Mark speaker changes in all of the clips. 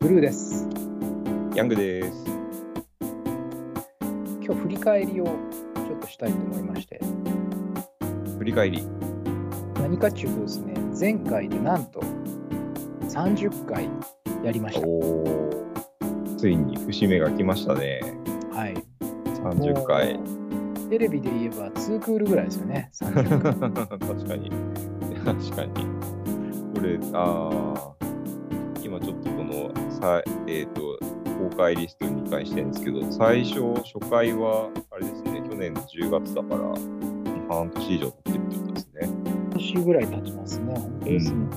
Speaker 1: ブルーです。
Speaker 2: ヤングです。
Speaker 1: 今日振り返りをちょっとしたいと思いまして、
Speaker 2: 振り返り。
Speaker 1: 何かっていうとですね、前回でなんと30回やりまし
Speaker 2: おーついに節目が来ましたね。
Speaker 1: た。はい。
Speaker 2: 30 回。
Speaker 1: もう。テレビで言えば2クールぐらいですよね。30回
Speaker 2: 確かに。確かに。これ、あー今ちょっとこの、さえっ、と、公開リストに見返してるんですけど、最初、初回は、あれですね、去年の10月だから、半年以上経ってるってことですね。
Speaker 1: 年ぐらい経ちますね。本当ですね。
Speaker 2: うん。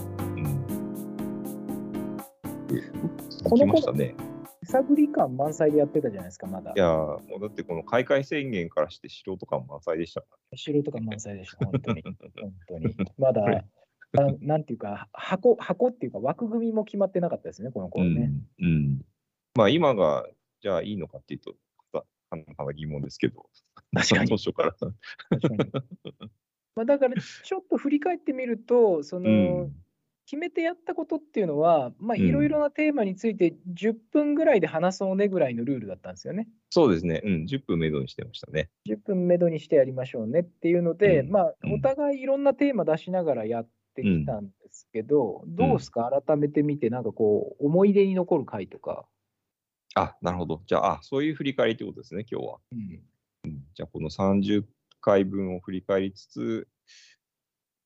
Speaker 1: この頃
Speaker 2: 来ましたね。
Speaker 1: 手探り感満載でやってたじゃないですか、まだ
Speaker 2: い。やーもうだってこの開会宣言からして素人感満載でしたか
Speaker 1: 後ろとか満載で した、本当に。本当に。まだ、なんなんていうか、箱、箱っていうか枠組みも決まってなかったですね、この
Speaker 2: ら
Speaker 1: 頃ね。
Speaker 2: うんうん。まあ今がじゃあいいのかっていうと、ははな疑問ですけど、
Speaker 1: 確かに
Speaker 2: 当初から。
Speaker 1: 確かに まあだからちょっと振り返ってみるとその、
Speaker 2: うん
Speaker 1: 決めてやったことっていうのはまあ
Speaker 2: うん
Speaker 1: いろいろなテーマについて10分ぐらいで話そうねぐらいのルールだったんですよね。
Speaker 2: そうですね、うん、10分目処にしてましたね。
Speaker 1: 10分めどにしてやりましょうねっていうので、
Speaker 2: うん
Speaker 1: まあ
Speaker 2: うん
Speaker 1: お互いいろんなテーマ出しながらやってきたんですけど、どうですか改めて見てなんかこう思い出に残る回とか、
Speaker 2: あ、なるほど。じゃあ、あそういう振り返りってことですね、今日は。
Speaker 1: うん
Speaker 2: じゃあこの30回分を振り返りつつ、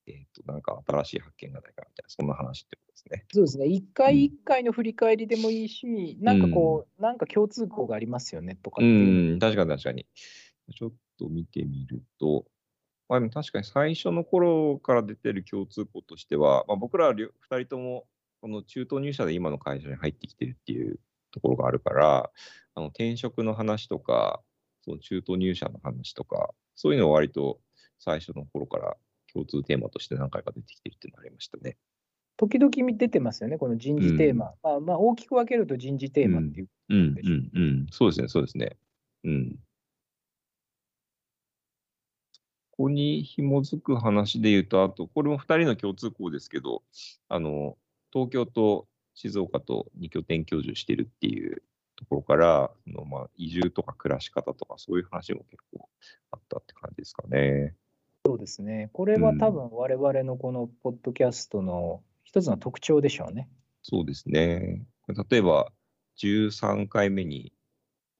Speaker 2: えっ、と、なんか新しい発見がないかみたいな、そんな話ってことですね。
Speaker 1: そうですね1回1回の振り返りでもいいし、なんかこうなんか共通項がありますよねとかっていう
Speaker 2: うん、確かに確かに。ちょっと見てみると、まあ、でも確かに最初の頃から出てる共通項としては、まあ、僕らは2人ともこの中東入社で今の会社に入ってきてるっていうところがあるから、あの転職の話とか、その中東入社の話とか、そういうのは割と最初の頃から共通テーマとして何回か出てきてるっていうのがありましたね。
Speaker 1: 時々出てますよね、この人事テーマ。まあ、まあ、大きく分けると人事テーマっていう。
Speaker 2: うんうんうん、そうですね、そうですね。うん。ここに紐づく話で言うと、あと、これも2人の共通項ですけど、あの、東京と静岡と2拠点居住してるっていうところから、そのまあ、移住とか暮らし方とか、そういう話も結構あったって感じですかね。
Speaker 1: そうですね。これは多分我々のこのポッドキャストの一つの特徴でしょうね。
Speaker 2: そうですね。これ例えば、13回目に、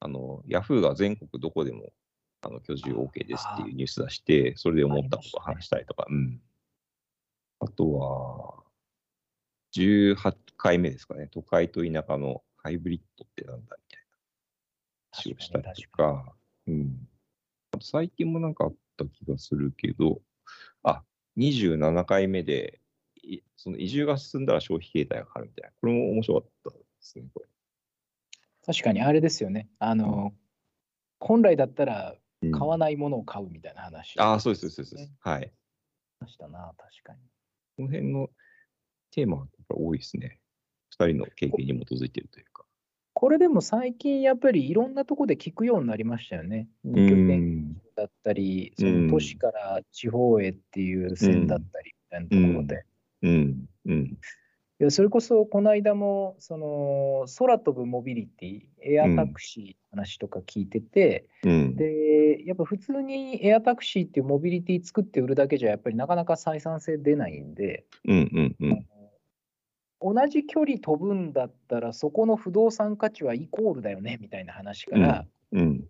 Speaker 2: あの、ヤフーが全国どこでも、あの、居住 OK ですっていうニュース出して、それで思ったことを話したりとか、うん。あとは、18回目ですかね。都会と田舎のハイブリッドってなんだみたいな話をしたりと
Speaker 1: 確
Speaker 2: か、うん。あと最近もなんかあった気がするけど、あ、27回目で、いその移住が進んだら消費形態が変わるみたいな。これも面白かったですね、これ。
Speaker 1: 確かにあれですよね。あの、本来だったら
Speaker 2: うん
Speaker 1: 買わないものを買うみたいな話。
Speaker 2: ああ、そうです、そうです、そうです。はい。
Speaker 1: ましたな、確かに。
Speaker 2: この辺のテーマがやっぱ多いですね。二人の経験に基づいているというか。
Speaker 1: これでも最近やっぱりいろんなとこで聞くようになりましたよね。二拠点
Speaker 2: ん。
Speaker 1: だったり、そ
Speaker 2: うん
Speaker 1: の都市から地方へっていう線だったりみたいなところで。
Speaker 2: うん。うん。
Speaker 1: いやそれこそこの間もその空飛ぶモビリティエアタクシーの話とか聞いてて、
Speaker 2: うん。
Speaker 1: でやっぱ普通にエアタクシーっていうモビリティ作って売るだけじゃやっぱりなかなか採算性出ないんで
Speaker 2: うん。うん。うん。
Speaker 1: 同じ距離飛ぶんだったらそこの不動産価値はイコールだよねみたいな話から、
Speaker 2: うん。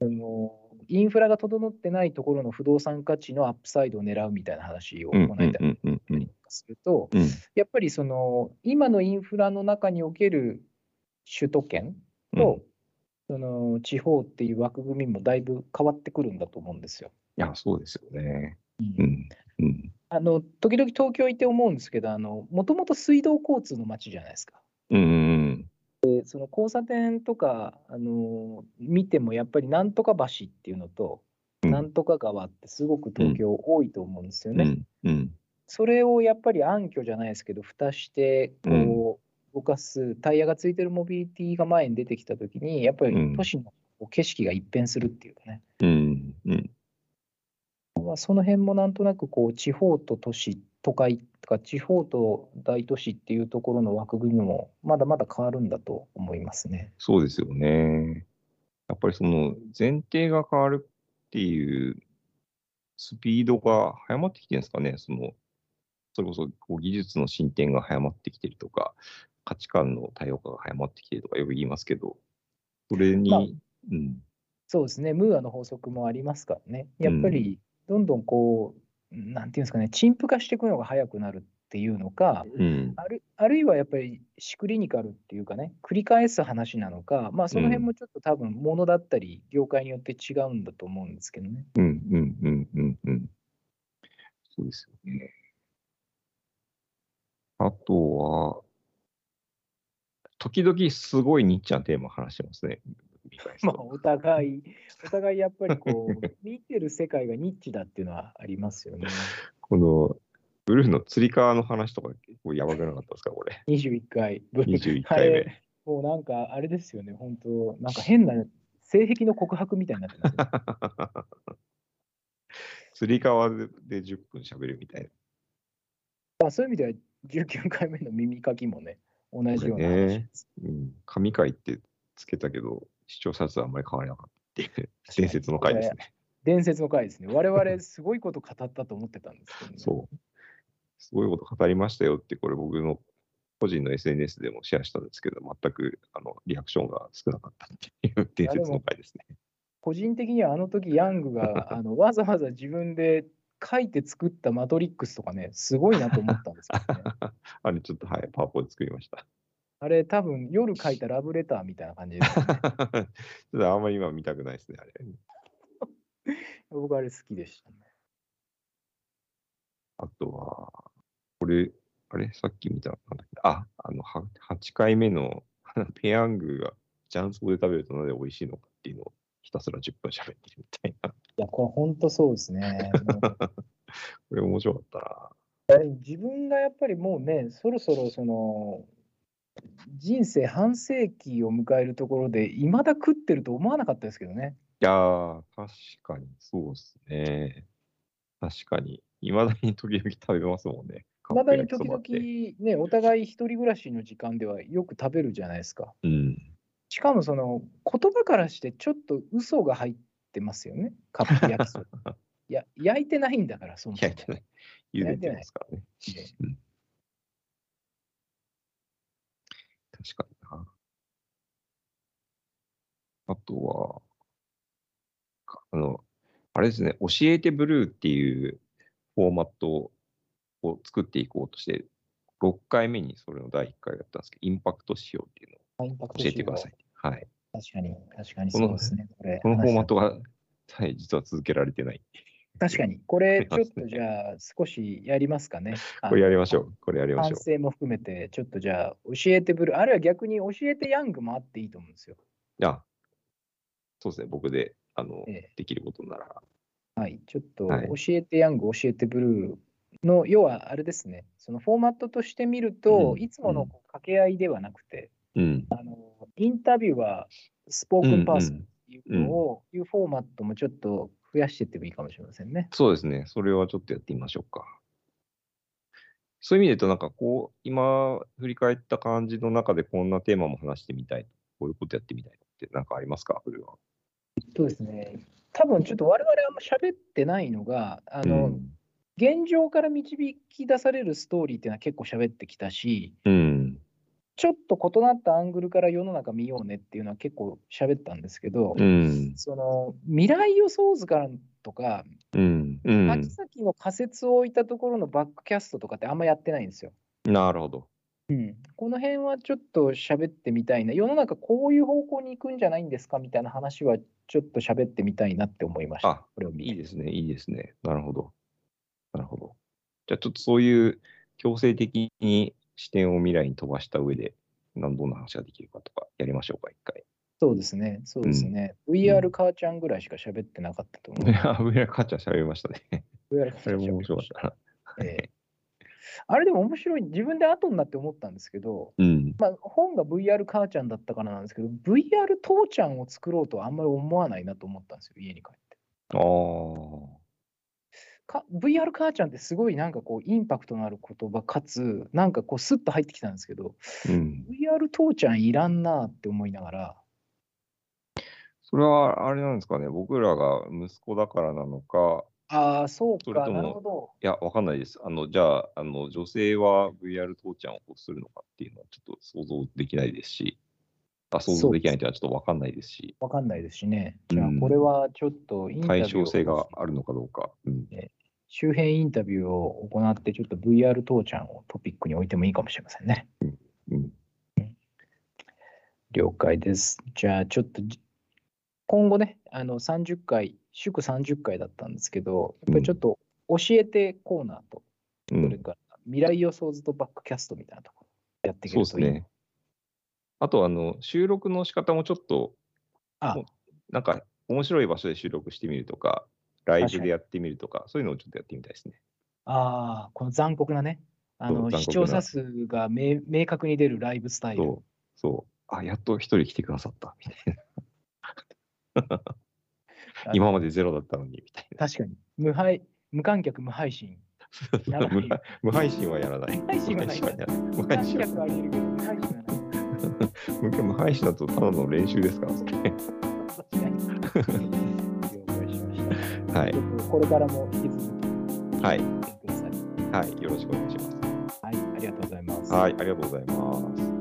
Speaker 1: インフラが整ってないところの不動産価値のアップサイドを狙うみたいな話を
Speaker 2: うん。
Speaker 1: この間
Speaker 2: うん。うん。う
Speaker 1: 何
Speaker 2: ん。
Speaker 1: かすると、
Speaker 2: うん。
Speaker 1: やっぱりその今のインフラの中における首都圏と、その地方っていう枠組みもだいぶ変わってくるんだと思うんですよ。
Speaker 2: いや、そうですよね。うん。うん。
Speaker 1: あの時々東京行って思うんですけどもともと水道交通の街じゃないですか。
Speaker 2: うん。うん。
Speaker 1: でその交差点とかあの見てもやっぱりなんとか橋っていうのと、
Speaker 2: うん
Speaker 1: なんとか川ってすごく東京多いと思うんですよ
Speaker 2: う
Speaker 1: ね。
Speaker 2: ん。うん。
Speaker 1: それをやっぱり暗渠じゃないですけど、蓋してこう動かす、タイヤがついてるモビリティが前に出てきたときに、やっぱ
Speaker 2: うん
Speaker 1: り都市の景色が一変するっていうかね、
Speaker 2: うん。うん。
Speaker 1: まあ、その辺もなんとなくこう地方と都市っ都会とか地方と大都市っていうところの枠組みもまだまだ変わるんだと思いますね。
Speaker 2: そうですよね。やっぱりその前提が変わるっていうスピードが早まってきてるんですかね。そのそれこそこう技術の進展が早まってきてるとか、価値観の多様化が早まってきてるとかよく言いますけど、それに、
Speaker 1: まあ
Speaker 2: うん、
Speaker 1: そうですね、ムーアの法則もありますからね。やっぱりどんどんこう、なんていうんですかね、陳腐化していくのが早くなるっていうのか、
Speaker 2: うん、
Speaker 1: あるあるいはやっぱりシクリニカルっていうかね、繰り返す話なのか、まあ、その辺もちょっと多分、ものだったり、業界によって違うんだと思うんですけどね。
Speaker 2: うん、うん、うん、うん、うん。そうですよね。あとは、時々すごいニッチなテーマ話してますね。見返 す
Speaker 1: ま
Speaker 2: と
Speaker 1: あ、お互い、お互いやっぱりこ う、見てる世界がニッチだっていうのはありますよね。
Speaker 2: この、ブルーの釣り革の話とか結構やばくなかったですか、こ れ。
Speaker 1: 21回、
Speaker 2: 21回
Speaker 1: あ
Speaker 2: 目。
Speaker 1: れもうなんか、あれですよね、本当なんか変な、性癖の告白みたいになって ますよね
Speaker 2: 釣り革で10分喋るみたいな。
Speaker 1: まあ、そういう意味では、19回目の耳かきもね、同じような話です。
Speaker 2: うん、神回ってつけたけど、視聴者数はあんまり変わりなかったっていう伝説の回ですね。
Speaker 1: 伝説の回ですね。我々、すごいこと語ったと思ってたんですけどね。
Speaker 2: そう。すごいこと語りましたよって、これ僕の個人の SNS でもシェアしたんですけど、全くあのリアクションが少なかったっていう 伝説の回ですね。
Speaker 1: 個人的にはあの時ヤング があのわざわざ自分で書いて作ったマトリックスとかね、すごいなと思ったんですけどね。
Speaker 2: あれちょっとはい、パワポで作りました。
Speaker 1: あれ、多分夜書いたラブレターみたいな感じです、 ね。
Speaker 2: ちょっとあんまり今見たくないですね、あれ。
Speaker 1: 僕あれ好きでしたね。
Speaker 2: あとは、これ、あれさっき見た、なんだっけあ、あの、は8回目の ペヤングがジャンソーで食べるとなぜ美味しいのかっていうのをひたすら10分喋ってるみたいな。
Speaker 1: いや、これ本当そうですね。もう
Speaker 2: これ面白かったな。
Speaker 1: 自分がやっぱりもうね、そろそろその人生半世紀を迎えるところで、いまだ食ってると思わなかったですけどね。
Speaker 2: いやー、確かにそうですね。確かに。いまだに時々食べますもんね。
Speaker 1: い
Speaker 2: カ
Speaker 1: ま
Speaker 2: ッ
Speaker 1: だ
Speaker 2: プ
Speaker 1: に
Speaker 2: 焼きそ
Speaker 1: 時
Speaker 2: ば
Speaker 1: 々
Speaker 2: って。
Speaker 1: ね、お互い一人暮らしの時間ではよく食べるじゃないですか。
Speaker 2: うん。
Speaker 1: しかもその言葉からしてちょっと嘘が入ってますよね、カップ焼きそば。 いや、焼いてないんだから、そもそも
Speaker 2: 焼いてない。茹でてますからね。
Speaker 1: ね
Speaker 2: うん、確かにな。あとは、かあの、あれですね、教えてブルーっていうフォーマットを作っていこうとして、6回目にそれの第1回をやったんですけど、インパクト指標っていうの
Speaker 1: インパク
Speaker 2: を
Speaker 1: ト
Speaker 2: 教えてください。はい。
Speaker 1: 確かに、確かに
Speaker 2: この
Speaker 1: そうですね。これ
Speaker 2: このフォーマットが、はい、実は続けられてない。
Speaker 1: 確かに、これちょっとじゃあ少しやりますかね。
Speaker 2: これやりましょう。これやり
Speaker 1: あ
Speaker 2: ま
Speaker 1: の
Speaker 2: し
Speaker 1: 反
Speaker 2: ょ
Speaker 1: 省も含めて、ちょっとじゃあ教えてブルー、あるいは逆に教えてヤングもあっていいと思うんですよ。
Speaker 2: う。あ、そうですね、僕で、あの、
Speaker 1: ええ
Speaker 2: できることなら。
Speaker 1: はい、ちょっと教
Speaker 2: はい
Speaker 1: えてヤング、教えてブルーの、要はあれですね、そのフォーマットとして見ると、
Speaker 2: うん
Speaker 1: いつものこう掛け合いではなくて、
Speaker 2: うん。
Speaker 1: インタビューはスポークンパーソンっていうのを、いうフォーマットもちょっと増やしていってもいいかもしれませんね。
Speaker 2: そうですね。それはちょっとやってみましょうか。そういう意味で言うと、なんかこう、今振り返った感じの中でこんなテーマも話してみたい。こういうことやってみたいって、なんかありますかこれは。
Speaker 1: そうですね。多分ちょっと我々あんま喋ってないのが、あの、
Speaker 2: うん。
Speaker 1: 現状から導き出されるストーリーっていうのは結構喋ってきたし、
Speaker 2: うん。
Speaker 1: ちょっと異なったアングルから世の中見ようねっていうのは結構喋ったんですけど、
Speaker 2: うん。
Speaker 1: その未来予想図からとか、
Speaker 2: うん。う
Speaker 1: 先
Speaker 2: ん。
Speaker 1: 々の仮説を置いたところのバックキャストとかってあんまやってないんですよ。
Speaker 2: なるほど。
Speaker 1: この辺はちょっと喋ってみたいな、世の中こういう方向に行くんじゃないんですかみたいな話はちょっと喋ってみたいなって思いました。
Speaker 2: あ、
Speaker 1: これを見て
Speaker 2: いいですね。いいですね。なるほど。なるほど。じゃあ、ちょっとそういう強制的に視点を未来に飛ばした上で、なんどんな話ができるかとか、やりましょうか、一回。
Speaker 1: そうですね、そうですね。VR 母ちゃんぐらいしか喋ってなかったと思う。
Speaker 2: いや、上母ちゃん喋りました ね。
Speaker 1: VR 母
Speaker 2: そ
Speaker 1: ちゃ
Speaker 2: れ
Speaker 1: ん喋ってました
Speaker 2: も面白かったな。
Speaker 1: ええあれでも面白い、自分で後になって思ったんですけど、
Speaker 2: うん。
Speaker 1: まあ、本が VR 母ちゃんだったからなんですけど、VR 父ちゃんを作ろうとはあんまり思わないなと思ったんですよ、家に帰って。
Speaker 2: ああ。
Speaker 1: か VR 母ちゃんってすごいなんかこうインパクトのある言葉かつなんかこうスッと入ってきたんですけど
Speaker 2: うん
Speaker 1: VR 父ちゃんいらんなって思いながら
Speaker 2: それはあれなんですかね、僕らが息子だからなのか、
Speaker 1: ああそう
Speaker 2: それ
Speaker 1: か
Speaker 2: とも
Speaker 1: なるほど
Speaker 2: いや、わかんないです。あの、じゃあ、あの、女性は VR 父ちゃんを欲するのかっていうのはちょっと想像できないですし、あ想像できないというのはちょっとわかんないですし、
Speaker 1: わかんないですしねじゃあ
Speaker 2: うん
Speaker 1: これはちょっとインタビュ
Speaker 2: 対
Speaker 1: ー
Speaker 2: 称
Speaker 1: を
Speaker 2: 性があるのかどうか。うん、
Speaker 1: 周辺インタビューを行ってちょっと VR 父ちゃんをトピックに置いてもいいかもしれませんね
Speaker 2: うん、
Speaker 1: 了解です。じゃあちょっとじ今後ね、あの30回、祝30回だったんですけど、やっぱりちょっと教えてコーナーと、そ
Speaker 2: う
Speaker 1: れ
Speaker 2: ん。
Speaker 1: から未来予想図とバックキャストみたいなところやっていけ
Speaker 2: そう
Speaker 1: る
Speaker 2: です
Speaker 1: といい。
Speaker 2: ね。あと、あの、収録の仕方もちょっと、
Speaker 1: あ
Speaker 2: なんか、面白い場所で収録してみるとか、ライ
Speaker 1: 確
Speaker 2: ブ
Speaker 1: かに
Speaker 2: でやってみるとか、そういうのをちょっとやってみたいですね。
Speaker 1: ああ、この残酷なね、あ
Speaker 2: そう
Speaker 1: の
Speaker 2: 残酷な
Speaker 1: 視聴者数が明明確に出るライブスタイル。
Speaker 2: そう、そう。あ、やっと一人来てくださった、みたいな。 今までゼロだったのに、みたいな。
Speaker 1: 確かに無配、無観客、無配信。やばい
Speaker 2: 無配無配信はやらない。無
Speaker 1: 配信はない
Speaker 2: やらない。無
Speaker 1: 無
Speaker 2: 配
Speaker 1: 観
Speaker 2: 信は
Speaker 1: 客はありえるけど、無配信はない。
Speaker 2: 無配信だとただの練習ですから、それ。
Speaker 1: 確かに。了解しました。
Speaker 2: はい
Speaker 1: ち。ょっとこれからも引き続き
Speaker 2: は
Speaker 1: や
Speaker 2: い。
Speaker 1: ってください。
Speaker 2: はい。よろしくお願いしま
Speaker 1: はい、ありがとうございます。
Speaker 2: す。はい。ありがとうございます。